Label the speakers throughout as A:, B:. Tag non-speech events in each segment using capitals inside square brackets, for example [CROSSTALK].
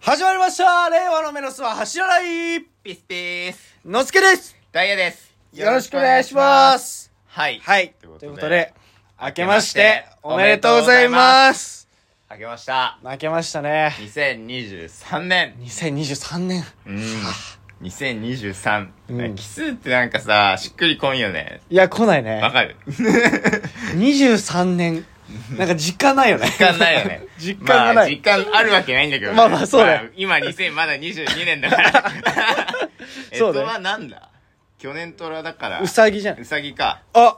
A: 始まりました令和のメロスは走らない
B: ピースピース。
A: のすけです
B: ダイヤです。
A: よろしくお願いしま。す
B: はい。
A: はい。
B: と
A: と
B: い
A: いううこ
B: こ
A: とと
B: で
A: で、明けましておめでとうございます
B: 開けました。
A: 明けましたね。
B: 2023年。
A: 2023年。
B: うん。2023。
A: うん
B: 奇数ってなんかさ、しっくりこんよね。
A: いや、来ない
B: わ
A: ね。 [LAUGHS]
B: かる
A: 23年。なんか実感ないよね。。
B: 実感ないよね
A: 実感がない
B: まあ、実感あるわけないんだけどね。
A: まあまあそうだよ
B: まあ今2000、まだ22年
A: [LAUGHS]
B: だから。えっ
A: そうだ
B: と
A: よ
B: はなんだ去年トラだから。
A: うさぎじゃん
B: う。さぎか。
A: あ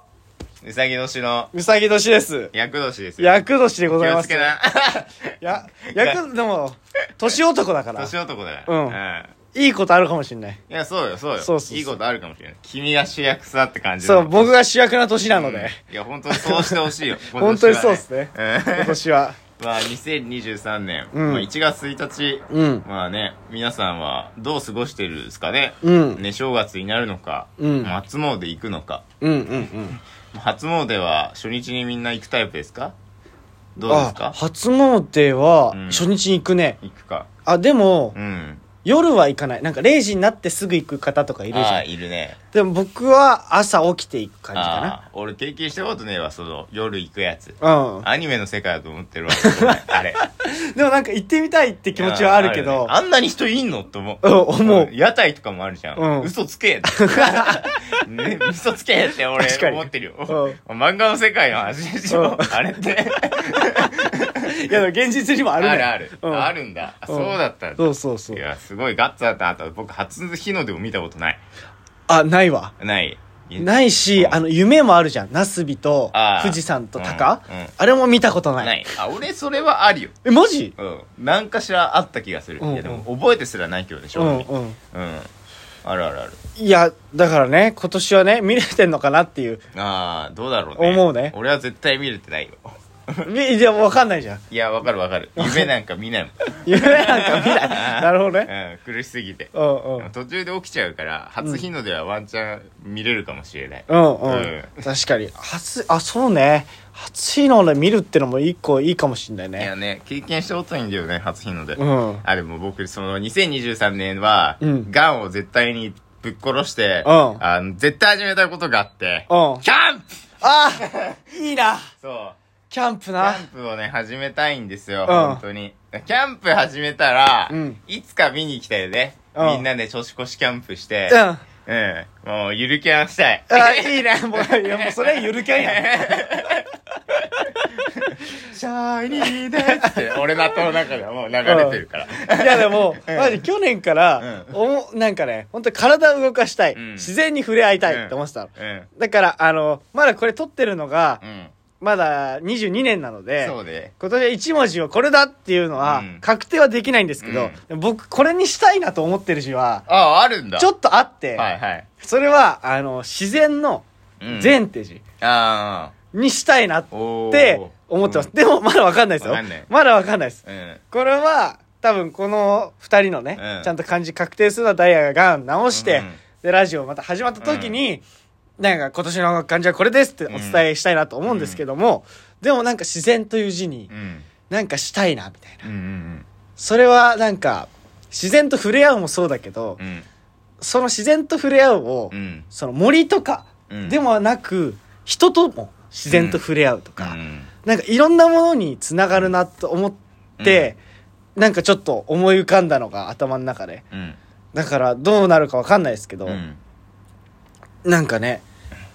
B: うさぎ年の
A: うさぎ年です。
B: 厄年ですよ。
A: 厄年でござい
B: 気を
A: ま
B: つ
A: す。
B: けな。
A: [LAUGHS] や、厄、でも、年男だから
B: 年、男だよ。
A: うん
B: うん
A: いいことあるかもしんない。
B: いや、そうよ、そうよ。
A: そうそうそう
B: いいことあるかもしれない。君が主役さって感じだ
A: そう、僕が主役な年なので、
B: うんいや、本当にそうしてほしいよ。
A: [LAUGHS] 本当にそうっすね
B: 今年はね
A: 今年は。
B: うん。まあ、2023年、
A: うん
B: まあ、1月1日、
A: うん
B: まあね、皆さんはどう過ごしてるんですかね。
A: うん
B: ね、正月になるのか、
A: うん
B: 初詣行くのか。
A: うんうんうん。
B: 初詣は初日にみんな行くタイプですかどうです
A: あ
B: か
A: 初詣は
B: うん
A: 初日に行くね、
B: 行くか。
A: あでも、
B: うん。
A: 夜は行かないなんか0時になってすぐ行く方とかいるじ
B: あ
A: ゃ
B: あ、
A: ん
B: いるね。
A: でも僕は朝起きていく感じ
B: あ
A: か
B: あ、俺経験したことねえわ、その、夜行くやつ。
A: なうん
B: アニメの世界だと思ってるわ。ごめんあれ。
A: でもなんか行ってみたいって気持ちはあるけ
B: いや
A: ど
B: ねあんなに人いんのって思う。
A: うん思うん
B: 屋台とかもあるじゃん。
A: うん
B: 嘘つけ
A: [LAUGHS]
B: ね、嘘つけって俺
A: 確かに
B: 思ってるよ。
A: う
B: 漫画の世界の話でし
A: うん
B: ょ。あれって。
A: いやでも現実に [LAUGHS] もあ
B: あ
A: る
B: る
A: ね
B: ある。
A: うん、
B: あるんだ。あそうだったんだ。
A: そうそうそ
B: いうや、すごいガッツだったなと。僕、初日の出を見たことない。
A: あないわ
B: ない。い。
A: ないし、
B: うん
A: あの夢もあるじゃんなすびと
B: ああ
A: 富士山と鷹、
B: うんうん
A: あれも見たことない
B: ない。あ、俺、それはあるよ。
A: えマジ
B: うん。なんかしらあった気がする。
A: うんうん
B: いや、でも、覚えてすらないけどね、正
A: うん
B: 直。
A: うん
B: うん。あるあるある。
A: いやだからね今年はね見れてんのかなっていう
B: ああ、どうだろうね。
A: 思うね
B: 俺は絶対見れてないよ。
A: いやわかんないじゃん
B: いや、わかるわかる。夢なんか見ないもん。
A: 夢なんか見ない。なるほどね。
B: うん、苦しすぎて。
A: うんうん。
B: 途中で起きちゃうから、初日の出はワンチャン見れるかもしれない。
A: うんうん。
B: うん
A: 確かに。初、あ、そうね。初日の出見るってのも一個いいかもしんない
B: いや
A: ね。
B: ね、経験したことないんだよね、初日の出。
A: うん。
B: あ、でも僕、その、2023年は、
A: うん
B: ガンを絶対にぶっ殺して、
A: うん
B: あの絶対始めたことがあって、
A: うん
B: キャンプ
A: あいいな
B: そう。
A: キャンプ
B: キ
A: な
B: ャン。プをね、始めたいんですよ、
A: うん
B: 本当に。キャンプ始めたら、
A: うん
B: いつか見に行きたいよね。
A: うん
B: みんなで年越しキャンプして、
A: うん。あ
B: うん。もう、ゆるキャンしたい。
A: いい [LAUGHS] な。もう、いやもうそれゆるキャンやん。 [LAUGHS]
B: シャイニーですって、俺の頭の中ではもう流れてるから。
A: いやでも、マジ去年から、
B: う
A: おもなんかね、本当に体を動かしたい、
B: うん
A: 自然に触れ合いたいって思ってたの。
B: うん。
A: だから、あの、まだこれ撮ってるのが
B: う、ん。
A: まだ22年なので、
B: そうで。
A: 今年は一文字をこれだっていうのは
B: うん
A: 確定はできないんですけど、僕これにしたいなと思ってる字は
B: ああ、あるんだ。
A: ちょ
B: っ
A: っとあって、
B: はいはい。
A: それはあの自然の
B: うん
A: 全って字
B: あ
A: にしたいなっ
B: あ。おー
A: て思ってます、。でもまだわかんないですよ
B: わかんない
A: まだわかんないです
B: うん。うん
A: これは多分この2人のね、
B: うん
A: ちゃんと漢字確定するのはダイヤがガン直して、
B: うん
A: でラジオまた始まった時に、なんか今年の漢字はこれですってお伝えしたいなと思うんですけども、でもなんか自然という字に
B: うん。
A: なんかしたいなみたいな。
B: うんうん
A: それはなんか自然と触れ合うもそうだけど、
B: うん。うん。
A: その自然と触れ合うを、
B: うん。
A: その森とか
B: うん
A: でもなく、人とも自然と触れ合うとか、
B: うん
A: なんかいろんなものにつながるなと思って、なんかちょっと思い浮かんだのが頭の中で
B: うん。
A: だからどうなるかわかんないですけど、
B: うん。
A: なんかね、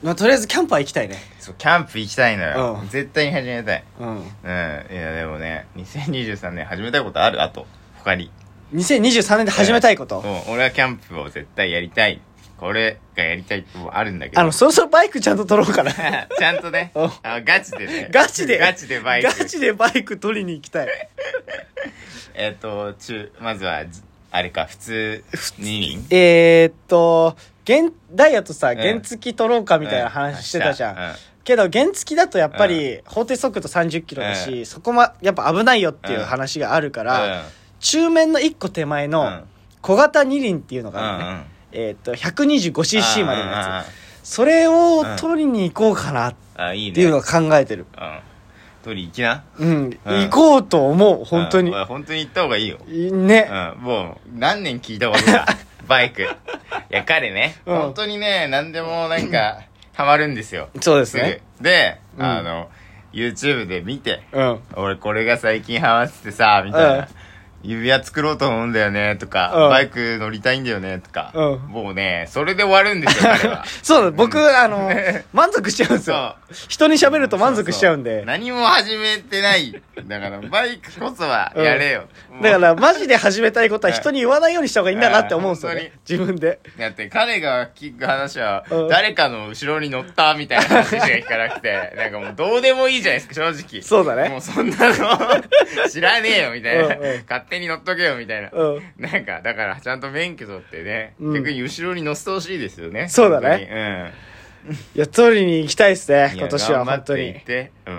A: まあ、とりあえずキャンパー行きたいね
B: そう、キャンプ行きたいのよ
A: う。ん
B: 絶対に始めたい。
A: うん
B: うん。いや、でもね、2023年始めたいことあるあと、他に。
A: 2023年で始めたいこと、
B: うん、俺はキャンプを絶対やりたい。これがやりたいってもあるんだけど。
A: あのそろそろバイクちゃんと取ろうか
B: [LAUGHS]
A: な
B: ちゃんとね
A: うん、
B: あガチでね。
A: ガチで
B: ガチでバイク。
A: ガチでバイク取りに行きたい
B: えっ、と、中、まずは、じあれか、普通、二輪
A: えー、っと、原、ダイヤとさ、
B: ん
A: 原付取ろうかみたいな話してたじゃん。けど、原付だとやっぱり、法定速度30キロだし、そこま、やっぱ危ないよっていう話があるか
B: うん。
A: ら、中面の1個手前
B: うん。
A: の小型二輪っていうの
B: う
A: があるのね。
B: ん。
A: えー、っと、125cc までのや
B: つ。
A: つ。それを取りに行こうかなっ
B: あ、いいね。
A: ていうのを考えてる。
B: うん。取り行きな
A: うん、行こうと思う本当に
B: うん、本当に行った方がいいよ
A: いね、
B: うん、もう何年聞いたことか
A: [LAUGHS]
B: バイクいや彼ね、
A: うん
B: 本当にね何でもなんかハマるんですよ
A: そうです
B: す
A: ね
B: ぐで、
A: うん
B: あの YouTube で見て
A: うん
B: 俺これが最近ハマっててさみたいな、
A: うん
B: 指輪作ろうと思うんだよねとか、
A: うん
B: バイク乗りたいんだよねとか、
A: うん
B: もうねそれで終わるんですよ
A: [LAUGHS]
B: 彼は
A: そうだ僕、あの満足しちゃうんですよ人に喋ると満足しちゃうん
B: そう
A: で
B: そう何も始めてないだからバイクこそはやれよ、もう
A: だからマジで始めたいことは
B: うん
A: 人に言わないようにした方がいいんだなって思うんですよ
B: うん本
A: ね自分で
B: だって彼が聞く話は
A: うん、
B: 誰かの後ろに乗ったみたいな話しか聞かなくて、 [LAUGHS] なんかもうどうでもいいじゃないですか、正直。
A: そうだね
B: もうそんなの知らねえよみたいな
A: うんうん。
B: 勝手に乗っとけよみたいな。
A: うん
B: [LAUGHS] なんか、だからちゃんと免許取ってね、
A: うん
B: 逆に後ろに乗せてほしいですよね。
A: そうだね
B: 本当に。うん。
A: いや取りに行きたいですね
B: いや
A: 今年は
B: 頑張
A: 本
B: っ
A: 当
B: ていっ
A: に
B: て、う
A: う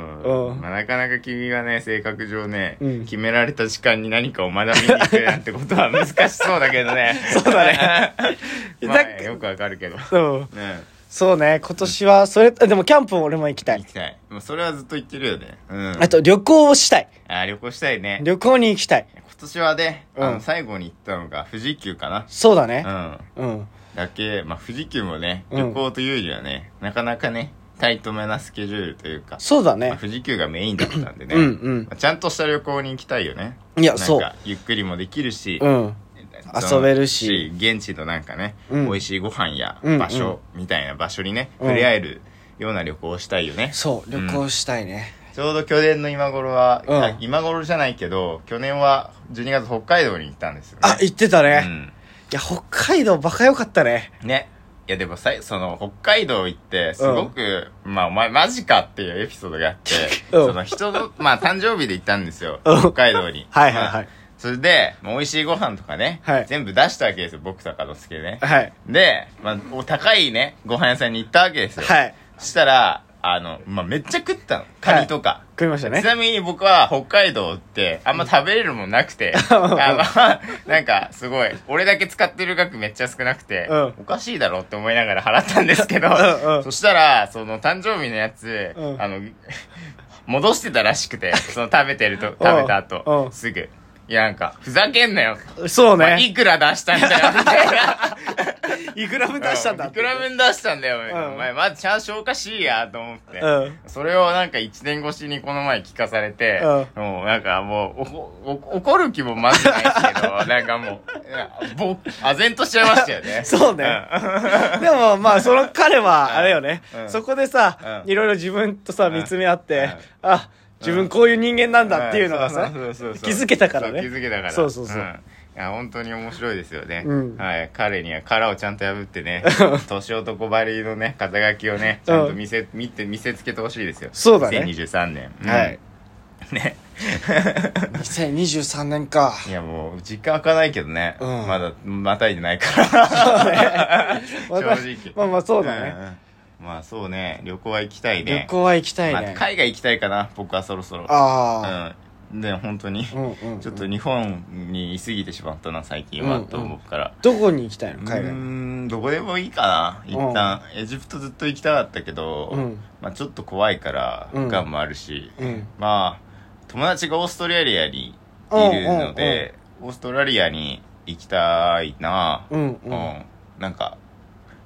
A: ん
B: んまあ、なかなか君はね性格上ね、
A: うん
B: 決められた時間に何かを学びに行くなんてことは難しそうだけどね
A: [LAUGHS] そうだね
B: [LAUGHS] まあ
A: だっ
B: よくわかるけど、ね、
A: うんそうね今年はそれでもキャンプも俺も行きたい
B: 行きたいもうそれはずっと言ってるよねうん
A: あと旅行をしたい
B: あ旅行したいね
A: 旅行に行きたい
B: 今年はね、あ
A: うん
B: の最後に行ったのが富士急かな
A: そうだ
B: う
A: ね
B: ん
A: うん
B: だけまあ富士急もね
A: うん
B: 旅行というよりはね、なかなかねタイトめなスケジュールというか
A: そうだ
B: まあ
A: ね
B: 富士急がメインだったんでね、
A: うんうん
B: まあちゃんとした旅行に行きたいよね
A: いや
B: なんか
A: そう
B: ゆっくりもできるし、
A: うん
B: その
A: 遊べるし
B: 現地のなんかね、
A: うん
B: 美味しいご飯や
A: うん
B: 場所みたいな場所にね、
A: うん
B: 触れ合えるような旅行をしたいよね、
A: そう旅行したいね
B: ちょうど去年の今頃は、
A: うん
B: あ今頃じゃないけど去年は12月北海道に行ったんですよね
A: あ行ってた
B: う
A: ね
B: ん
A: いや北海道バカ良かったね
B: ねいやでもさいその北海道行ってすごく、まあお前マジかっていうエピソードがあって、
A: [LAUGHS] うん
B: その人の [LAUGHS] まあ誕生日で行ったんですよ、
A: うん
B: 北海道に
A: [LAUGHS] はいはいはい
B: まあそれで、まあ、美味しいご飯とかね、
A: はい
B: 全部出したわけですよ僕とかのすけね
A: はい
B: で、まあ、お高いねご飯屋さんに行ったわけですよ、
A: はい
B: そしたらあの、まあ、めっちゃ食ったのカニとか、
A: 食いました
B: ち
A: ね
B: なみに僕は北海道ってあんま食べれるもんな
A: [LAUGHS]
B: くて、あの、なんかすごい、俺だけ使ってる額めっちゃ少なくて、
A: うん
B: おかしいだろって思いながら払ったんですけど、
A: うんうん
B: そしたら、その誕生日のやつ、
A: うん
B: あの、戻してたらしくて、その食べてると、食べた
A: うんう
B: 後
A: ん、
B: すぐ。いや、なんか、ふざけんなよ。
A: そう
B: お前
A: ね
B: いくら出したんだよ、みた
A: [LAUGHS]
B: いな。
A: いくら分出したんだ
B: うんいくら分出したんだよ、
A: うん
B: お前まずちゃんと消化しいやと思って、
A: うん
B: それをなんか1年越しにこの前聞かされて、もうなんかもうおこお怒る気もまずないですけ
A: [LAUGHS]
B: どなんかもういやぼ唖然としちゃいましたよね
A: そうね [LAUGHS] でもまあその彼
B: [LAUGHS]
A: はあれよね、
B: うん
A: そこでさ、
B: うん
A: いろいろ自分とさ
B: うん
A: 見つめ合って、あ自分こういう人間なんだっていうのがさ、気づけたからね
B: そう気づけたから
A: そうそうそう、
B: んいや本当に面白いですよね、
A: うん
B: はい、彼には殻をちゃんと破ってね年男ばりのね肩書きをねちゃんと見せ,、見て見せつけてほしいですよ
A: そうだね
B: 2023年、うん
A: はい [LAUGHS]
B: ね
A: 2023年か
B: いやもう実家開かないけどね、
A: うん
B: まだまたいでないから、 [LAUGHS] 正直
A: まあまあそうだね、
B: うんまあそうね旅行は行きたい
A: 旅
B: ね
A: 行は行きたい
B: まあ
A: ね、
B: 海外行きたいかな僕はそろそろ
A: ああ、
B: うんで本当に、
A: うんうんうん
B: ちょっと日本にいすぎてしまったな最近は、
A: うんうん
B: と思うから
A: どこに行きたいの
B: う
A: 海外
B: ーんどこでもいいかな一旦、エジプトずっと行きたかったけど、
A: うん
B: まあ、ちょっと怖いから
A: うん
B: ガンもあるし、
A: うん
B: まあ友達がオーストラリアにいるので、オーストラリアに行きたいな
A: うん
B: う、
A: うんん、
B: なんか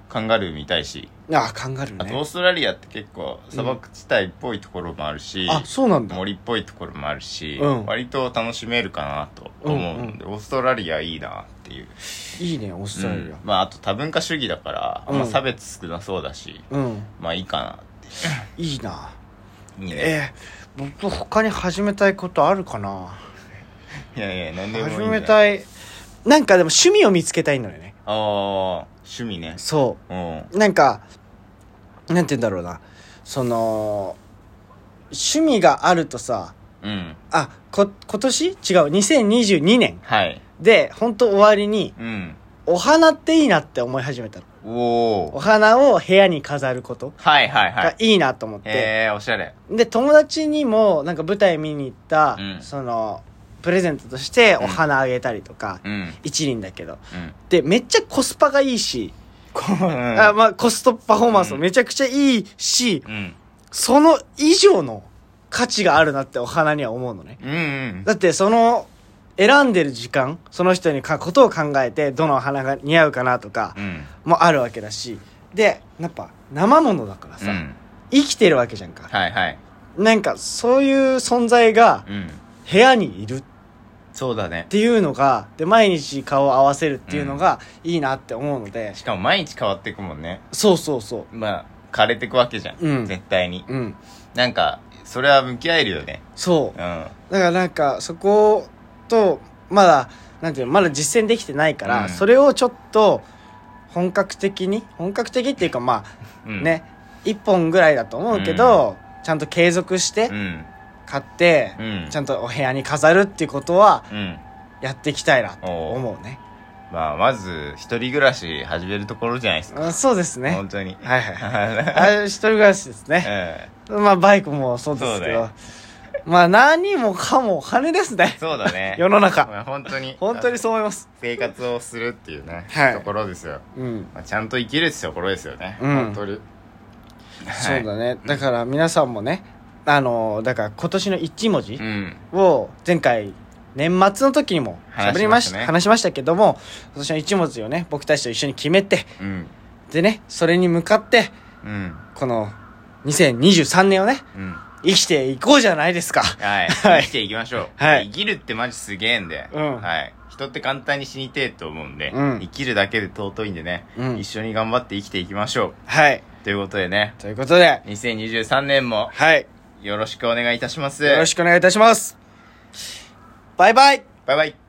B: カンガルー見たいし
A: ああカンガルー
B: あとオー
A: ね
B: ストラリアって結構砂漠地帯っぽいところもあるし、
A: あそうなんだ
B: 森っぽいところもあるし、
A: うん
B: 割と楽しめるかなと思うので、オーストラリアいいなっていう、
A: いいねオーストラリ
B: うんまああと多文化主義だから、あんま
A: うん
B: 差別少なそうだし
A: アうん、
B: まあいいかなって
A: いいない
B: いね
A: ええ僕他に始めたいことあるかない
B: やいや何でもいいん
A: 始
B: だよ
A: めたいなんかでも趣味を見つけたいのよね
B: ああ趣味ね
A: そ
B: うん
A: うなんかなんて言うんだろうなその趣味があるとさ
B: うん
A: あこ今年違う2022年
B: はい
A: で本当終わりに
B: うん
A: お花っていいなって思い始めたの
B: お
A: お
B: お
A: 花を部屋に飾ること
B: はいはいは
A: が
B: い
A: いいなと思って、
B: へえおしゃれ
A: で友達にもなんか舞台見に行った、
B: うん
A: そのプレゼントとしてお花あげたりとか、
B: うん
A: 一輪だけど
B: うん
A: でめっちゃコスパがいいし、
B: こううん
A: あまあ、コストパフォーマンスも
B: うん
A: めちゃくちゃいいし、
B: うん
A: その以上の価値があるなってお花には思うのね。
B: うんうん。
A: だってその選んでる時間その人にかことを考えてどの花が似合うかなとか
B: うん。
A: もあるわけだしでやっぱ生ものだから
B: う
A: さ、
B: ん。
A: 生きてるわけじゃんか、
B: はいはい。
A: なんかそういう存在が
B: うん。
A: 部屋にいるっ
B: そうだね。
A: ていうのがで毎日顔を合わせるっていうのがいいなって思うので、
B: しかも毎日変わっていくもんね。
A: そうそうそ
B: まあ、枯れてくわけじゃん。
A: うん
B: 絶対に。
A: ううん
B: なんか、それは向き合えるよね。
A: そう
B: うん。
A: だからなんかそことまだなんていうのまだ実践できてないから、
B: うん
A: それをちょっと本格的に本格的っていうかまあ
B: うん。。
A: ね、一本ぐらいだと思うけど、ちゃんと継続して
B: うん。
A: 買って、
B: うん。
A: ちゃんとお部屋に飾るっていうことは
B: うん。
A: やっていきたいなと思うね、
B: まあ、まず、一人暮らし始めるところじゃないですか。
A: うんそうですね
B: 本当に。
A: はいはいはいあ一人暮らしですね
B: [LAUGHS] う
A: まあバイクもそうですけ
B: そう
A: ど
B: だ
A: まあ何もかもお金ですね。
B: ん。そうだね
A: [LAUGHS] 世の中
B: まあ本当に。
A: 本当にそう思います
B: 生活をするっていうね、
A: はい
B: ところですよ、
A: うん
B: まあ、ちゃんと生きるってところですよね、
A: うん
B: 本当に
A: そ
B: は
A: う
B: い
A: だね。だから皆さんもね、あのーだから今年の一文字
B: うん
A: を前回、年末の時にも喋りまし
B: 話しましたね
A: 話しましたけども、今年の一文字をね、僕たちと一緒に決めて、
B: うん
A: でね、それに向かって、
B: うん
A: この2023年をね、
B: うん
A: 生きていこうじゃないですか。
B: は
A: [LAUGHS]
B: い、
A: はい
B: 生きていきましょう、
A: はい
B: 生きるってマジすげえんで、
A: うん
B: はい、人って簡単に死にてえと思うんで、
A: うん
B: 生きるだけで尊いんでね、
A: うん
B: 一緒に頑張って生きていきましょ
A: はい。
B: うということでね
A: ということで、
B: 2023年も
A: はい。
B: よろしくお願いいたします
A: よろしくお願いいたします。バイバイ
B: バイバイ